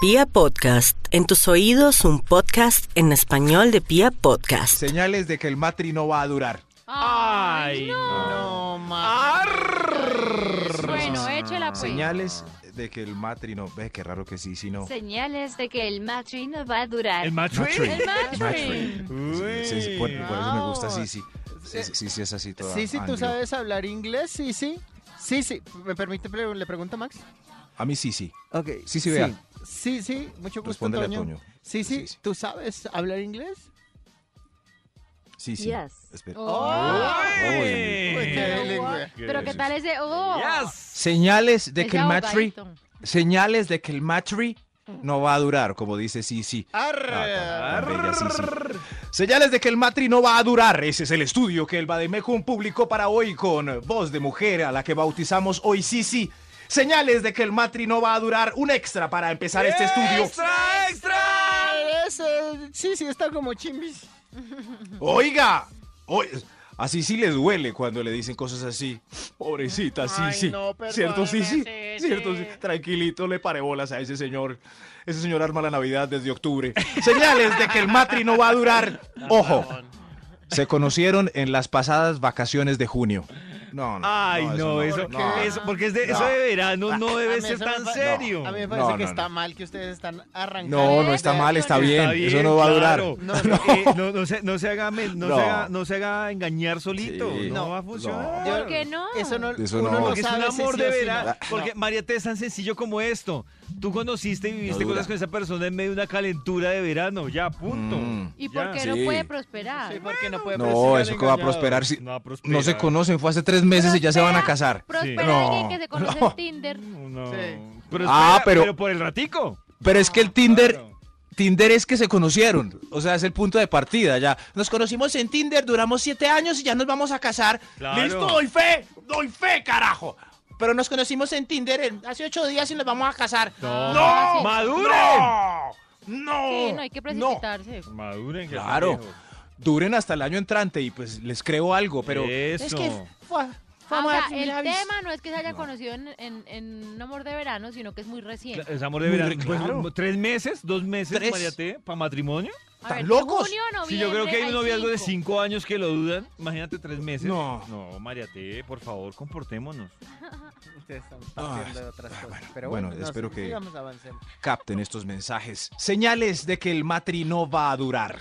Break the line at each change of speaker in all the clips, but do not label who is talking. Pia Podcast, en tus oídos un podcast en español de Pia Podcast.
Señales de que el matri no va a durar.
Ay,
No, Arr.
Bueno, échela pues.
Señales de que el matri no. Ve, qué raro que sí, sí, no.
Señales de que el matri no va a durar.
El match
Matri.
El matri.
Matri. Sí, sí, sí, por, por eso me gusta
Wow.
sí, sí. Sí, sí, sí, es así toda.
Sí, sí,
anglo.
tú sabes hablar inglés, sí, sí. Sí, sí. ¿Me permite pre- le pregunta Max?
A mí sí, sí.
Ok.
Sí, sí, vea.
Sí, sí, mucho gusto,
Respóndele a
Toño.
Toño.
Sí, sí,
Sí, sí.
¿tú sabes hablar inglés?
Sí, sí.
Yes.
Espera.
Oh.
Uy,
Uy, qué bilingüe.
Pues, Pero qué tal ese oh.
Señales de
Ese
que el matri.
ahogadito.
Señales de que el matri no va a durar, como dice sí, sí. Ah,
Arre.
tan bella, sí, sí. Señales de que el matri no va a durar. Ese es el estudio que el Bademecum publicó para hoy con voz de mujer a la que bautizamos hoy sí sí. Señales de que el matri no va a durar. Un extra para empezar este estudio.
Ese, eh, sí, sí, está como chimbis.
Oiga, oy- así sí les duele cuando le dicen cosas así. Pobrecita, sí,
Ay,
sí.
no,
¿Cierto, sí, sí?
perdóneme, sí,
¿Cierto, sí?
sí.
Tranquilito, le pare bolas a ese señor. Ese señor arma la Navidad desde octubre. Señales de que el matri no va a durar. Ojo. Se conocieron en las pasadas vacaciones de junio. No, no.
Ay, no, eso,
¿Por qué?
eso- porque es de,
No.
eso de verano no
Ah, A
debe
mí
ser
eso
tan
me pa-
serio.
A mí me
No,
parece que
no,
está
no.
mal que ustedes están arrancando.
No, no está mal, está bien. Eso no va a durar.
claro.
No,
No, eh, no- no se, no se haga, me- no
No.
Se haga, no se haga engañar solito.
Sí.
No,
No,
va a funcionar.
Yo-
¿Por qué no?
Eso no,
Eso
uno
no.
no,
Porque es un
sabe si
amor
sí
de
o si
verano.
no.
Porque María T es tan sencillo como esto. Tú conociste y viviste
No dura.
cosas con esa persona en medio de una calentura de verano. Ya, punto.
Mm.
¿Y por
Ya.
qué no
Sí.
puede prosperar?
Sí, porque no puede
No,
presionar
eso que va a
engañado.
prosperar. si-
No va a prosperar.
no se conocen, fue hace tres meses y ya se van a casar.
Prospera
No,
alguien que se conoce en Tinder.
No.
Sí.
Pero,
Ah,
espera,
pero-
pero por el ratico.
Pero es que el Tinder,
Claro.
Tinder es que se conocieron. O sea, es el punto de partida ya. Nos conocimos en Tinder, duramos siete años y ya nos vamos a casar.
Claro.
Listo, doy fe, doy fe, carajo. Pero nos conocimos en Tinder en- hace ocho días y nos vamos a casar.
No.
¡No!
¡Maduren!
¡No!
Sí, no hay que precipitarse.
Maduren. que
Claro.
viejos.
Duren hasta el año entrante y pues les creo algo, pero...
Eso.
Ah, o sea, el tema no es que se hayan conocido en, en- en un amor de verano, sino que es muy reciente.
Es amor de
Muy
verano.
re-
Pues,
claro.
¿Tres meses? ¿Dos meses,
Tres.
María T? ¿Para matrimonio?
A
¿están
ver,
locos?
junio,
Si yo creo que hay un
noviembre,
noviazgo de
cinco.
cinco años que lo dudan, imagínate tres meses.
No.
No, María T, por favor, comportémonos.
Ustedes están partiendo de otras cosas. Pero
Ah, bueno,
bueno, no
espero
sé,
que-
sigamos, avancemos.
Capten estos mensajes. Señales de que el matri no va a durar.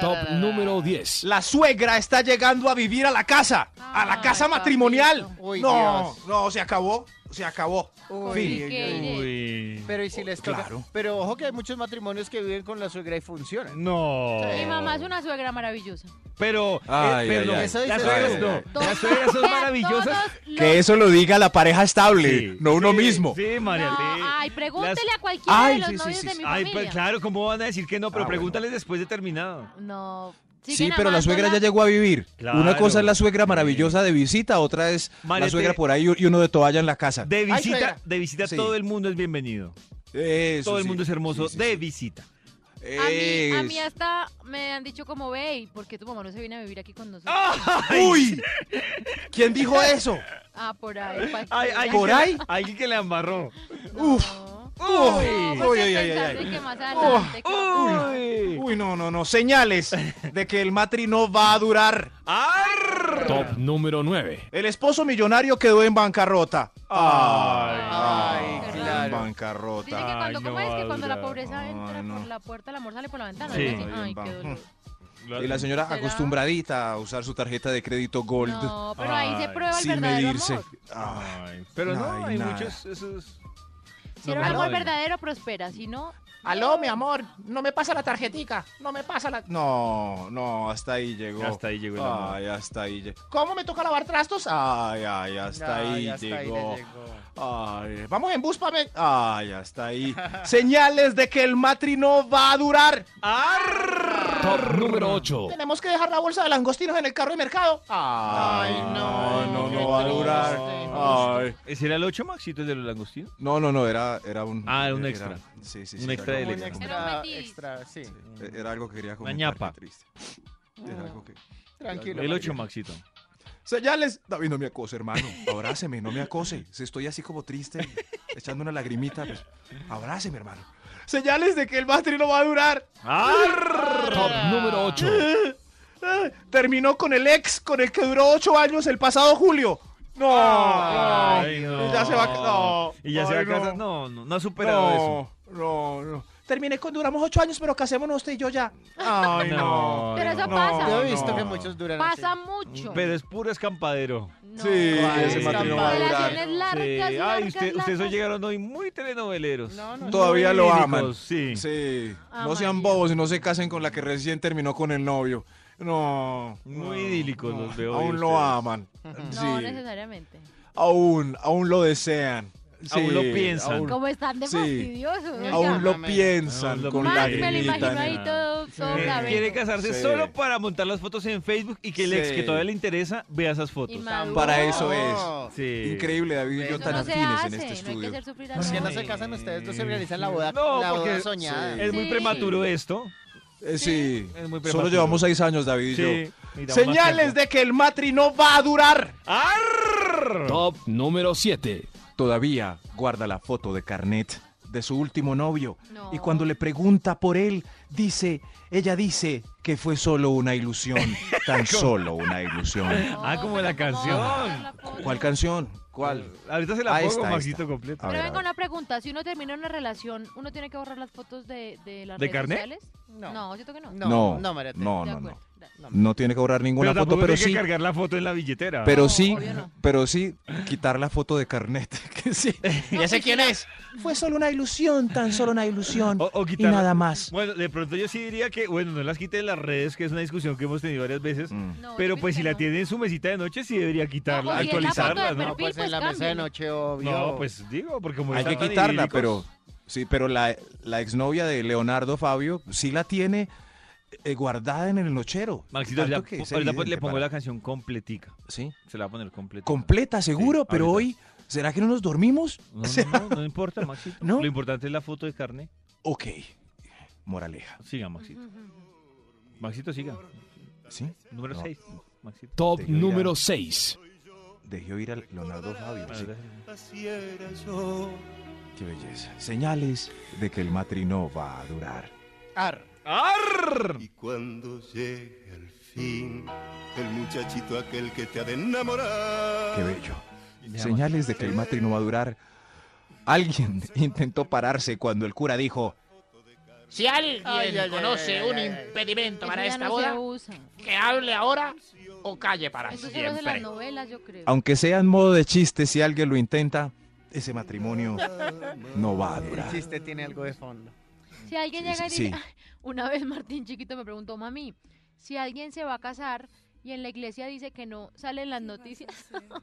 Top número 10.
La suegra está llegando a vivir a la casa. A la
Ay,
casa
papito.
matrimonial.
Uy,
no,
Dios.
no, se acabó. Se acabó.
Uy,
Fin.
uy,
¿qué?
uy.
Uy.
eh.
Pero y si les toca.
Claro.
Pero ojo que hay muchos matrimonios que viven con la suegra y funcionan.
No.
Mi mamá es una suegra maravillosa.
Pero,
Ay,
eh, perdón,
ay, ay.
Eso dice
las
todo.
suegras
Ay,
no. Las suegras son maravillosas.
pues, Todos los-
Que eso lo diga la pareja estable,
Sí.
no uno
Sí,
mismo.
Sí, María T.
No, ay, pregúntele
Las-
a cualquiera
Ay,
de los
sí, sí,
novios
sí,
de
sí.
mi
Ay,
familia.
pues claro, ¿cómo van a decir que no? Pero
Ah, bueno.
pregúntales después de terminado.
No.
Sí,
siguen
pero la suegra ya
amándola.
llegó a vivir.
Claro.
Una cosa es la suegra maravillosa de visita, otra es la
Mariette-
suegra por ahí y uno de toalla en la casa.
De visita,
suegra.
de visita
Sí.
todo el mundo es bienvenido.
Eso
todo el
sí.
mundo es hermoso
Sí, sí,
de
sí.
visita.
A mí, a mí
Es-
hasta me han dicho como, ve, ¿por qué tu mamá no se viene a vivir aquí con nosotros?
¡Ah! ¡Uy! ¿Quién dijo eso?
Ah, por ahí.
Ay,
cualquiera.
ay,
¿Por
que-
ahí?
Alguien que la embarró.
No.
uf.
No,
Uy,
porque
uy, uy, uy,
pensar
uy.
en que más adelante, que más adelante.
Uy, no, no, no. Señales de que el matri no va a durar.
Arr.
Top número 9.
El esposo millonario quedó en bancarrota.
Ay,
Ay,
quedó en
claro.
Dice que
bancarrota.
cuando,
Ay,
¿cómo
no
es? Que cuando la
habla.
pobreza
Ay,
entra
no.
por la puerta, el amor sale por la ventana.
Sí.
algo así. Ay,
Ay,
qué
va.
dolor.
Y la señora
¿Será?
acostumbradita a usar su tarjeta de crédito Gold
No, pero ahí se
Ay,
prueba el
sin
verdadero
medirse.
amor.
Ah,
Ay, pero no,
Ay,
hay
nada.
muchos esos.
Si era un
No,
amor
no.
verdadero, prospera. Si no,
Aló, mi amor, no me pasa la tarjetica, no me pasa la... No, no, hasta ahí llegó.
Hasta ahí llegó el amor.
Ay, hasta ahí llegó. ¿Cómo me toca lavar trastos? Ay, ay, hasta
Ay,
ahí
hasta ahí
llegó.
le llegó.
Ay, vamos en bus, pame. Ay, hasta ahí. Señales de que el matri no va a durar.
Top número 8.
Tenemos que dejar la bolsa de langostinos en el carro de mercado. Ay,
Ay,
no,
no,
no,
qué
no va a
triste,
durar.
qué
Ay.
¿Ese era el 8 Maxito el de los langostinos?
No, no, no, era, era un...
Ah, era un extra.
sí, sí,
Un
sí.
extra
era
del
Como
como-
un
extra.
Era
extra,
un matiz.
extra, sí. Mm,
Era, algo que quería comentar.
ñapa.
qué triste. Era algo que...
Tranquilo.
El 8
María.
Maxito.
Señales. David, no me acose, hermano. Abráceme, no me acose. Si Estoy así como triste. echando una lagrimita. Pues, abráceme, hermano. Señales de que el matri no va a durar.
Top número 8.
Ah, Terminó con el ex con el que duró ocho años el pasado julio. No.
Ay, no.
Y ya se va a ca- no.
Y ya se va
Ay,
a casar.
No,
No, no, no ha superado eso.
no, no, no. Terminé con duramos ocho años, pero casémonos usted y yo ya. Ay, no.
Pero eso
no.
pasa.
Yo
no.
he visto que muchos duran así.
Pasa mucho.
Pero es puro escampadero.
No.
Sí,
¿Cuál
ese
es
matrimonio
capaz?
va a durar.
Relaciones largas,
Sí. Ay,
largas,
usted- ustedes hoy
largas.
llegaron hoy muy telenoveleros.
No, no,
Todavía lo
Líricos,
aman.
Sí.
Sí.
Ah,
no sean
María.
bobos y no se casen con la que recién terminó con el novio. No.
Muy
no,
idílicos
no.
los veo hoy
Aún lo
ustedes.
aman.
No
Sí.
necesariamente.
Aún, aún lo desean. Sí,
Aún lo piensan.
Aún,
Como están de
Sí.
fastidiosos. oiga.
aún lo
Oiga.
piensan
Aún lo
con
Max, me lo
lagrimita
imagino
lagrimita. en
ahí
el-
el-
todo, todo
Que
braveto.
Quiere casarse
Sí.
solo para montar las fotos en Facebook y que el ex
Sí.
que todavía le interesa vea esas fotos.
Inmaduro.
Para eso es.
Sí.
Increíble, David y yo
Eso
tan
no se
afines
hace,
en este
No hay
estudio.
que hacer sufrir a
¿Por qué no
nadie.
se casan ustedes? No se realizan la boda,
No,
la
porque-
boda soñada.
sí.
Es muy
Sí.
prematuro esto.
Eh, sí,
Es muy
solo
prematuro.
llevamos seis años, David y
Sí.
yo. Señales de que el matri no va a durar.
¡Arr!
Top número 7.
Todavía guarda la foto de carnet de su último novio.
No.
Y cuando le pregunta por él, dice, ella dice que fue solo una ilusión, tan solo una ilusión.
No,
Ah, como la
pero ¿cómo
canción.
va a dar la foto?
¿Cuál canción? ¿Cuál?
Ahorita se la
Ahí
pongo,
está, ahí
Maxito,
está. Ah,
completo.
A
Pero
ver, a
venga
ver.
una pregunta, si uno termina una relación, ¿uno tiene que borrar las fotos de, de las
¿De
redes
carnet?
sociales?
No.
No, siento que no.
No,
No,
no, María Teresa.
No,
De
no, no.
acuerdo, gracias.
No tiene que borrar ninguna
tampoco
foto, pero
tiene
sí.
que cargar la foto en la billetera.
Pero
No,
sí,
obvio no.
pero sí, quitar la foto de carnet. que sí.
No, sí, sí, la-
Fue solo una ilusión, tan solo una ilusión.
O- o quitar-
más.
Bueno, de pronto yo sí diría que, bueno, no las quite de las redes, que es una discusión que hemos tenido varias veces.
Mm.
no,
Pero
yo
pues si
creo
la
que no.
tiene en su mesita de noche, sí debería quitarla,
No, o si es la foto
actualizarla,
del
¿no?
No,
perfil,
pues en
pues
la mesa de
cámbiale.
noche, obvio.
No, pues digo, porque como
Hay que
están tan
quitarla,
idílicos-
pero sí, pero la, la exnovia de Leonardo Fabio sí la tiene eh, guardada en el nochero.
Maxito,
Tanto
ya,
que es
ahorita pues le
evidente
pongo
para-
la canción completica.
Sí,
Se la va a poner completica.
completa, seguro,
Sí,
pero
ahorita.
hoy, ¿será que no nos dormimos?
No, no, no, no importa, Maxito.
¿No?
Lo importante es la foto de carne.
Ok, moraleja,
Siga, Maxito. Maxito, siga.
¿sí?
Número
No.
6. Maxito.
Top
Te digo
número 6.
Dejé oír a Leonardo Fabio.
Ah,
sí.
gracias.
Qué belleza. Señales de que el matri no va a durar.
Ar.
¡Arr!
Y cuando llegue el fin, el muchachito aquel que te ha de enamorar.
Qué bello. Señales de que el matri no va a durar. Alguien intentó pararse cuando el cura dijo,
Si alguien
Ay, ay, ay,
conoce
ay, ay,
un
ay.
impedimento
Eso
para
ya
esta
no
boda,
se usa.
que hable ahora o calle para
Eso solo es en las
siempre.
novelas, yo creo.
aunque sea en modo de chiste, si alguien lo intenta, ese matrimonio no va a
El
durar.
chiste tiene algo de fondo.
Si alguien
Sí,
llega y
sí,
dice, una vez Martín Chiquito me preguntó, mami, si alguien se va a casar y en la iglesia dice que no, salen las noticias.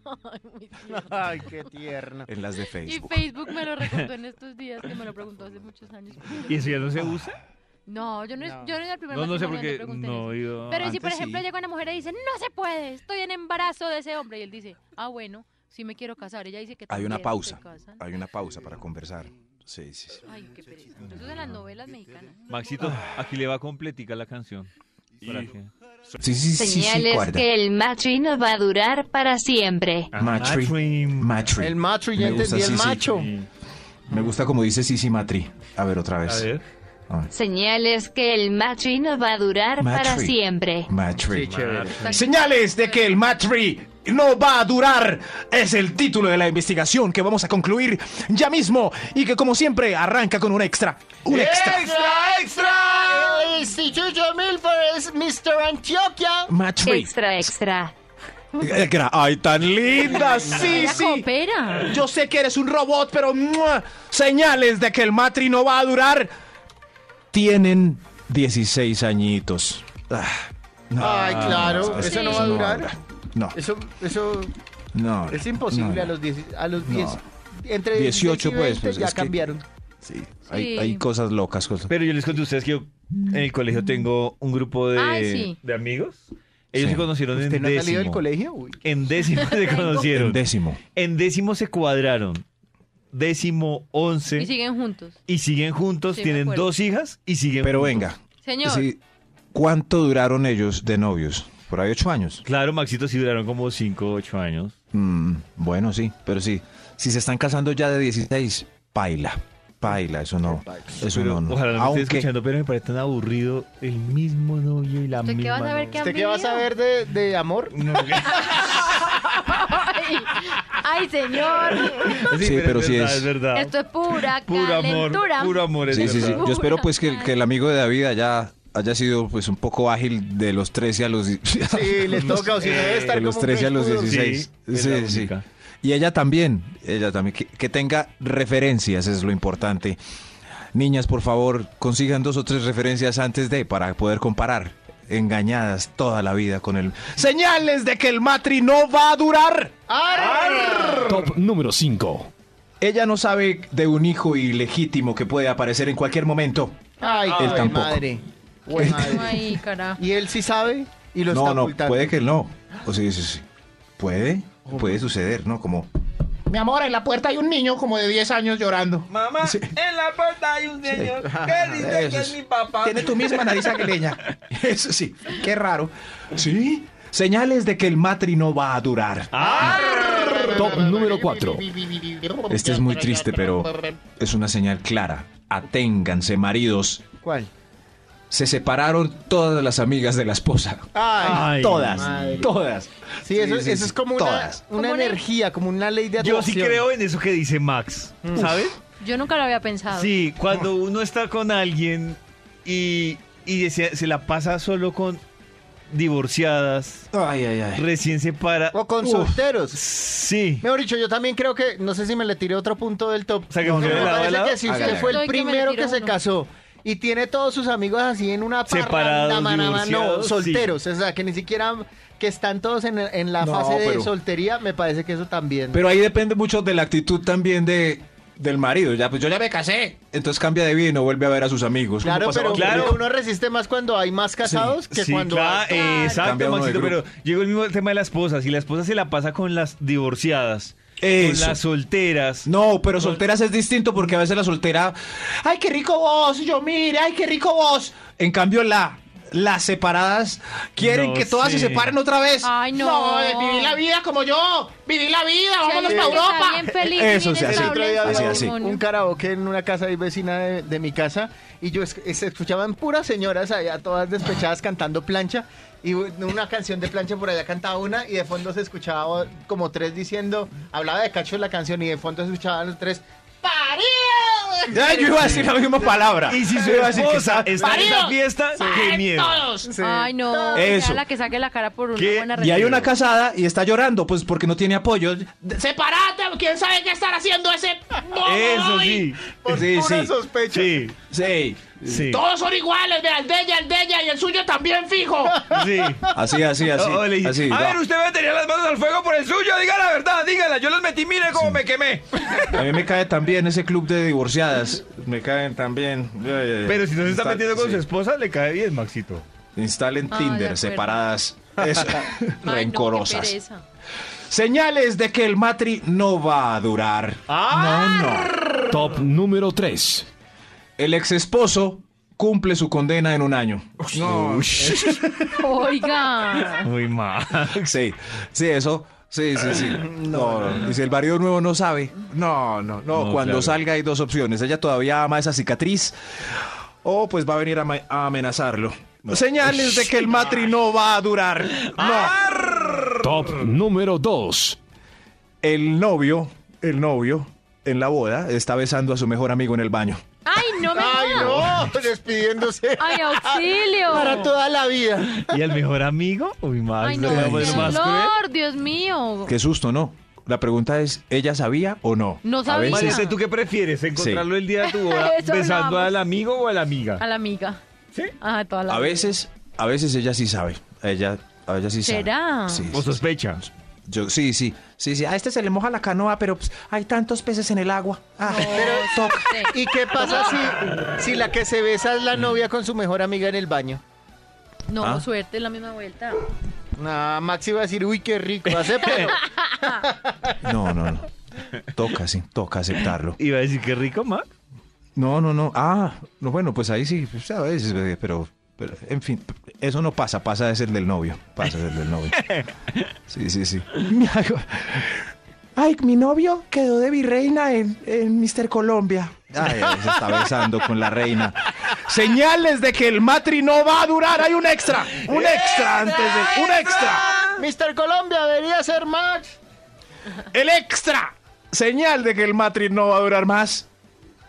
Ay, muy tierno.
Ay, qué tierno.
En las de
y
Facebook.
Facebook me lo recordó en estos días, que me lo preguntó hace muchos años.
¿Y eso ya no se usa?
No, yo no,
No.
yo no era el primer
No, no sé por
matrimonio
qué.
que pregunté eso.
No, yo.
Pero ¿y si,
antes
por ejemplo,
sí.
llega una mujer y dice, no se puede, estoy en embarazo de ese hombre, y él dice, ah, bueno, sí me quiero casar. Ella dice que
Hay una
también se
pausa.
casan.
Hay una pausa para conversar. Sí, sí, sí.
Ay, qué pereza. Eso es en las novelas mexicanas.
Maxito, aquí le va completica la canción. ¿Para qué?
Sí, sí, sí, sí,
Señales
guarda.
que el matri no va a durar para siempre.
Matri. Matri.
El macho,
Me
ya
gusta,
entendí el
sí, sí.
macho.
Me gusta como dice Sisi Matri. A ver, otra
A
vez.
ver.
Señales que el matri no va a durar para
Matri.
siempre.
Matri.
Sí, chévere.
Señales de que el matri no va a durar es el título de la investigación que vamos a concluir ya mismo y que como siempre arranca con un extra. Un extra.
¡Extra, extra! El Instituto Milford es Mr. Antioquia.
Matri.
Extra, extra.
Extra. Eh, Ay, tan linda. Sí,
Ella
sí.
coopera.
Yo sé que eres un robot, pero ¡mua! señales de que el matri no va a durar. Tienen 16 añitos. Ah, no.
Ay, claro,
Ah, es-
eso no
sí.
va a
eso
durar.
No,
Eso, eso
no.
es imposible
no.
a los 10, a los
No.
10, entre
18,
18
pues,
pues,
pues,
ya
es que-
cambiaron.
Sí, hay,
Sí.
hay cosas locas. cosas-
Pero yo les conté a ustedes que yo en el colegio tengo un grupo de,
Ay, Ah, sí.
de amigos. Ellos
Sí.
se conocieron
¿Usted
en
no ha salido del
décimo.
colegio? Uy.
En décimo se
En
conocieron.
décimo.
En décimo se cuadraron. Décimo, once.
Y siguen juntos.
y siguen juntos,
Sí, me
tienen
acuerdo.
dos hijas y siguen
Pero
juntos.
venga,
Señor,
sí, ¿cuánto duraron ellos de novios? Por ahí ocho años.
Claro, Maxito, sí duraron como 5 ocho años.
Mm, bueno, sí, pero sí. Si se están casando ya de 16, paila. Paila, eso no. Eso
Pero,
no, no.
Ojalá no me esté
Aunque
escuchando, pero me parece tan aburrido el mismo novio y la
¿Usted
misma.
qué vas a ver
novia.
que han
¿Usted qué va a
vivido?
saber de, de amor?
No, que-
Ay, ay, señor.
Sí, pero sí
verdad,
es-
verdad.
Esto es pura
Puro amor,
calentura.
puro amor. es
Sí, sí, sí.
verdad.
Yo espero pues que, que el amigo de David haya, haya sido pues un poco ágil de los 13 a los... eh,
Sí, les toca, o si no debe estar
de los
como un
13 a los
crescudo.
16.
Sí, es
Sí,
la
sí.
única.
Y ella también, ella también, que, que tenga referencias es lo importante. Niñas, por favor, consigan dos o tres referencias antes de para poder comparar. Engañadas toda la vida con el... Señales de que el matri no va a durar.
Top número 5.
Ella no sabe de un hijo ilegítimo que puede aparecer en cualquier momento.
Ay,
Él
qué
tampoco.
madre. Güey, madre.
Ay, carajo.
Y él sí sabe y lo
no,
está
no,
ocultando.
puede que no. O sea, sí, sí. Puede, puede suceder, ¿no? Como...
Mi amor, en la puerta hay un niño como de 10 años llorando.
Mamá, en la puerta hay un señor
Ah,
que dice que es mi papá.
tu misma nariz aguileña. Eso sí, qué raro. ¿Sí? Señales de que el matri no va a durar.
Top número 4.
Este es muy triste, pero es una señal clara. Aténganse, maridos.
¿Cuál?
Se separaron todas las amigas de la esposa.
Ay.
Ay,
todas,
madre.
todas.
Sí, eso,
Ah, Sí, sí,
eso
sí,
es como una,
todas.
una
Como una-
energía, como una ley de
Yo
atracción.
sí creo en eso que dice Max, ¿sabes?
Yo nunca lo había pensado.
Sí, cuando uno está con alguien y, y se, se la pasa solo con divorciadas,
Ay, ay, ay.
recién separa.
O con
Uf,
solteros.
Sí.
Mejor dicho, yo también creo que, no sé si me le tiré otro punto del top.
O sea, que
No,
fue
me
de lado a
parece
lado.
que si usted
Hágale,
fue el
hágale. Estoy que me le
primero que,
tiro
se
uno.
casó y tiene todos sus amigos así en una parranda,
Separados,
no,
divorciados,
solteros, o sea, que ni siquiera que están todos en, en la
No,
fase de
pero-
soltería, me parece que eso también.
Pero ahí depende mucho de la actitud también de del marido. Ya, pues yo ya me casé. Entonces cambia de vida y no vuelve a ver a sus amigos. ¿Cómo
claro,
pasa?
pero
Claro.
pero uno resiste más cuando hay más casados que
Sí,
cuando
cla-
hay-
eh,
Cambia
exacto,
uno de
Maxito,
grupo.
pero llegó el mismo tema de la esposa. Si la esposa se la pasa con las divorciadas,
Eso.
con las solteras.
No, pero solteras es distinto porque a veces la soltera, ay, qué rico vos, yo mire, ay, qué rico vos. En cambio, la, las separadas quieren
No
que todas
sé.
se separen otra vez.
Ay, no.
eh, viví la vida como yo. Viví la vida,
Si
vámonos
alguien
para
que está
Europa.
bien feliz,
Eso
bien
sí, así.
estable en su
Así,
había
así.
un,
matrimonio.
un karaoke en una casa ahí vecina de, de mi casa y yo es- es- escuchaban puras señoras allá todas despechadas cantando plancha y u- una canción de plancha por allá cantaba una y de fondo se escuchaba o- como tres diciendo, hablaba de cacho la canción y de fondo se escuchaban los tres ¡Parido!
Ay, yo iba a decir la misma palabra.
Y si su
Yo iba a decir que
esposa
sa-
está en esa
¡Marido!
fiesta, qué miedo.
Todos.
Sí.
Ay, no. que
Eso.
sea la que saque la cara por una
¿Qué?
buena
Y hay
relación.
una casada y está llorando, pues porque no tiene apoyo.
Separate, quién sabe qué estar haciendo ese. bobo
Eso
hoy?
sí,
Por
Sí,
pura
sí.
sospecha.
sí,
Sí.
sí.
Todos son iguales, vea, el de ella, el de ella y el suyo también fijo.
sí.
Así, así, así.
O- o le dije,
así,
A
no.
ver, usted me tenía las manos al fuego por el suyo, diga la verdad, dígala. Yo los metí, mire cómo me quemé.
A mí me cae también ese club de divorciadas. Me caen también. Ay, ay, ay.
Pero si no se está
Insta-
metiendo con
sí.
su esposa, le cae bien, Maxito.
Instalen
Ah, de
Tinder
acuerdo.
separadas. Eso.
Ay, no, qué
rencorosas.
pereza.
Señales de que el matri no va a durar. No, no.
Top número 3.
El ex esposo cumple su condena en un año.
Oiga.
Muy mal.
Sí, sí, eso. Sí, sí, sí. No, no. Y si el marido nuevo no sabe. No, no, no.
No,
Cuando
claro.
salga hay dos opciones. Ella todavía ama esa cicatriz. O pues va a venir a, ma- a amenazarlo. Señales de que el matri no va a durar. No.
Top número 2.
El novio, el novio, en la boda, está besando a su mejor amigo en el baño.
Ay, no me
Ay,
jodas.
no, despidiéndose
Ay, auxilio.
para toda la vida.
¿Y el mejor amigo? Uy, Max,
Ay, no,
no se
qué
va a poner más cruel.
dolor, Dios mío.
Qué susto, ¿no? La pregunta es, ¿ella sabía o no?
No
A
sabía.
veces-
Maricel, ¿tú qué prefieres? ¿Encontrarlo el día de tu boda
Eso
besando
hablamos.
al amigo o a la amiga?
A la amiga.
¿Sí?
Ah, toda la
A veces, a veces ella sí sabe. Ella, a ella sí sabe.
¿Será?
Sí, sí,
¿O
sí.
sospecha?
Yo, sí, sí, sí, sí. A este se le moja la canoa, pero pues, hay tantos peces en el agua. Ah,
No,
toc.
sí.
¿Y qué pasa si, si la que se besa es la novia con su mejor amiga en el baño?
No,
Ah.
suerte, es la misma vuelta.
Ah, Maxi va a decir, uy, qué rico, acéptalo.
No, no, no. Toca, sí, toca aceptarlo.
Iba a decir, qué rico, Max.
No, no, no. Ah, no, bueno, pues ahí sí, pues, a veces, eh, pero, pero, en fin, eso no pasa, pasa es el del novio. Pasa es el del novio. Sí, sí, sí.
Ay, mi novio quedó de virreina en, en Mister Colombia.
Ay, se está besando con la reina. Señales de que el matri no va a durar. Hay un extra. Un extra antes de. Un extra.
Mister Colombia debería ser Max.
El extra. Señal de que el matri no va a durar más.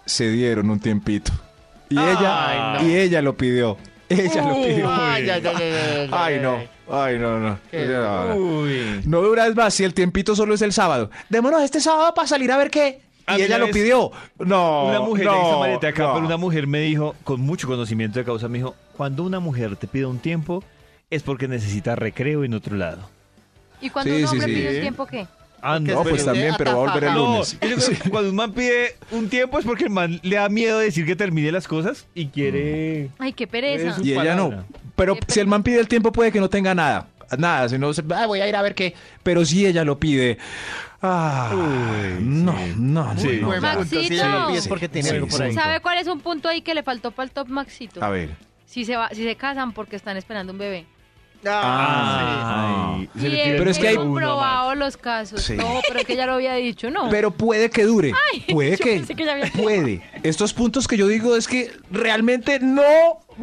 Se dieron un tiempito. Y ella,
Ay, no.
y ella lo pidió. Ella lo pidió.
Ay, ay, ay, ay, ay, ay.
Ay, no. Ay, no, no.
Qué-
No, no. No duras más si el tiempito solo es el sábado. Démonos este sábado para salir a ver qué.
A
Y
mí
ella
una
lo
vez-
pidió. No.
Una mujer, ya que está
no,
Marieta acá,
no.
pero una mujer me dijo, con mucho conocimiento de causa, me dijo, cuando una mujer te pide un tiempo, es porque necesita recreo en otro lado.
¿Y cuando
Sí,
un
sí,
hombre
sí.
pide el tiempo qué?
Ah,
no, pues también, pero va a volver el
No,
lunes.
yo creo que Cuando un man pide un tiempo es porque el man le da miedo decir que termine las cosas y quiere...
Ay, qué pereza.
Y ella no. Pero si el man pide el tiempo, puede que no tenga nada. Nada, si no, se- ah, voy a ir a ver qué. Pero si ella lo pide. Ah, no, no, no,
Sí.
no,
Buen
ya.
punto, si ella lo pide es
porque tiene
sí,
algo por
sí.
ahí.
¿Sabe cuál es un punto ahí que le faltó para el top Maxito?
A ver.
Si se, va, si se casan porque están esperando un bebé.
Ah,
Y he-
Pero es que
he
hay.
comprobado los casos.
Sí.
No, pero es que ya lo había dicho, ¿no?
Pero puede que dure.
Ay,
puede
yo
que.
pensé que ya había-
Puede. Estos puntos que yo digo es que realmente no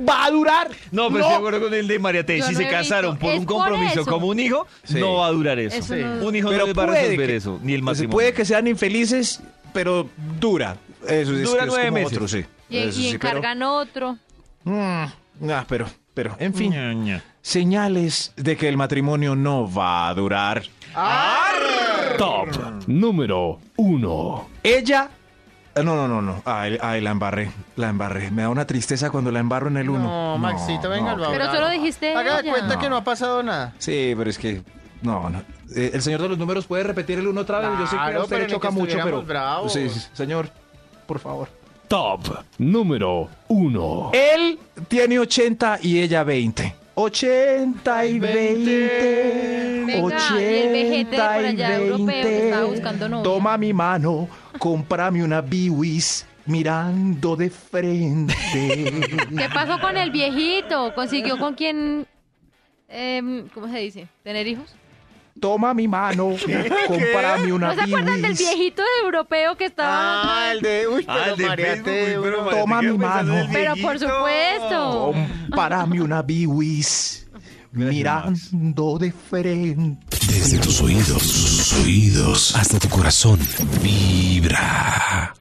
va a durar.
No, pero estoy de acuerdo con el de María T.
Yo
Si
no
se
he
casaron
visto.
por
Es
un
por
compromiso
eso.
como un hijo,
Sí.
no va a durar eso.
Eso no dura.
Un hijo
Pero
no les va a
puede
resolver
que-
eso, ni el
Entonces,
máximo.
puede que sean infelices, pero dura. Eso es,
Dura
es
nueve
como
meses.
otro, sí.
y,
Eso
y
sí, pero-
encargan otro.
Mm, ah, pero, pero, en fin.
Mm.
Señales de que el matrimonio no va a durar.
Top número 1.
Ella. ah, No, no, no, no. Ay, ay, la embarré. La embarré. Me da una tristeza cuando la embarro en el uno.
No, Maxito, venga, lo
Pero solo dijiste
Haga de
ella.
cuenta que no ha pasado nada.
Sí, pero es que. No, no. Eh, el señor de los números puede repetir el uno otra vez. Yo sé que
Claro,
a usted
pero
le
ni que
choca mucho, pero.
estuviéramos bravos.
Sí, sí, señor, por favor.
Top número 1.
Él tiene 80 y ella 20. 80 y 20.
Venga, y el vejete de por allá europeo que estaba buscando novia.
Toma mi mano, comprame una biwis mirando de frente.
¿Qué pasó con el viejito? ¿Consiguió con quién? em, ¿Cómo se dice? ¿Tener hijos?
Toma mi mano, comprame una
¿No se acuerdan del
biwis.
viejito europeo que estaba?
Ah, el de. Uy, pero
Ah, el de
María
Facebook,
T,
uy, pero
uno-
María T,
Toma
¿qué
mi
pensás
mano.
del
Pero por
viejito?
supuesto.
Comprame una biwis mirando de frente.
Desde tus oídos, tus oídos, hasta tu corazón. Vibra.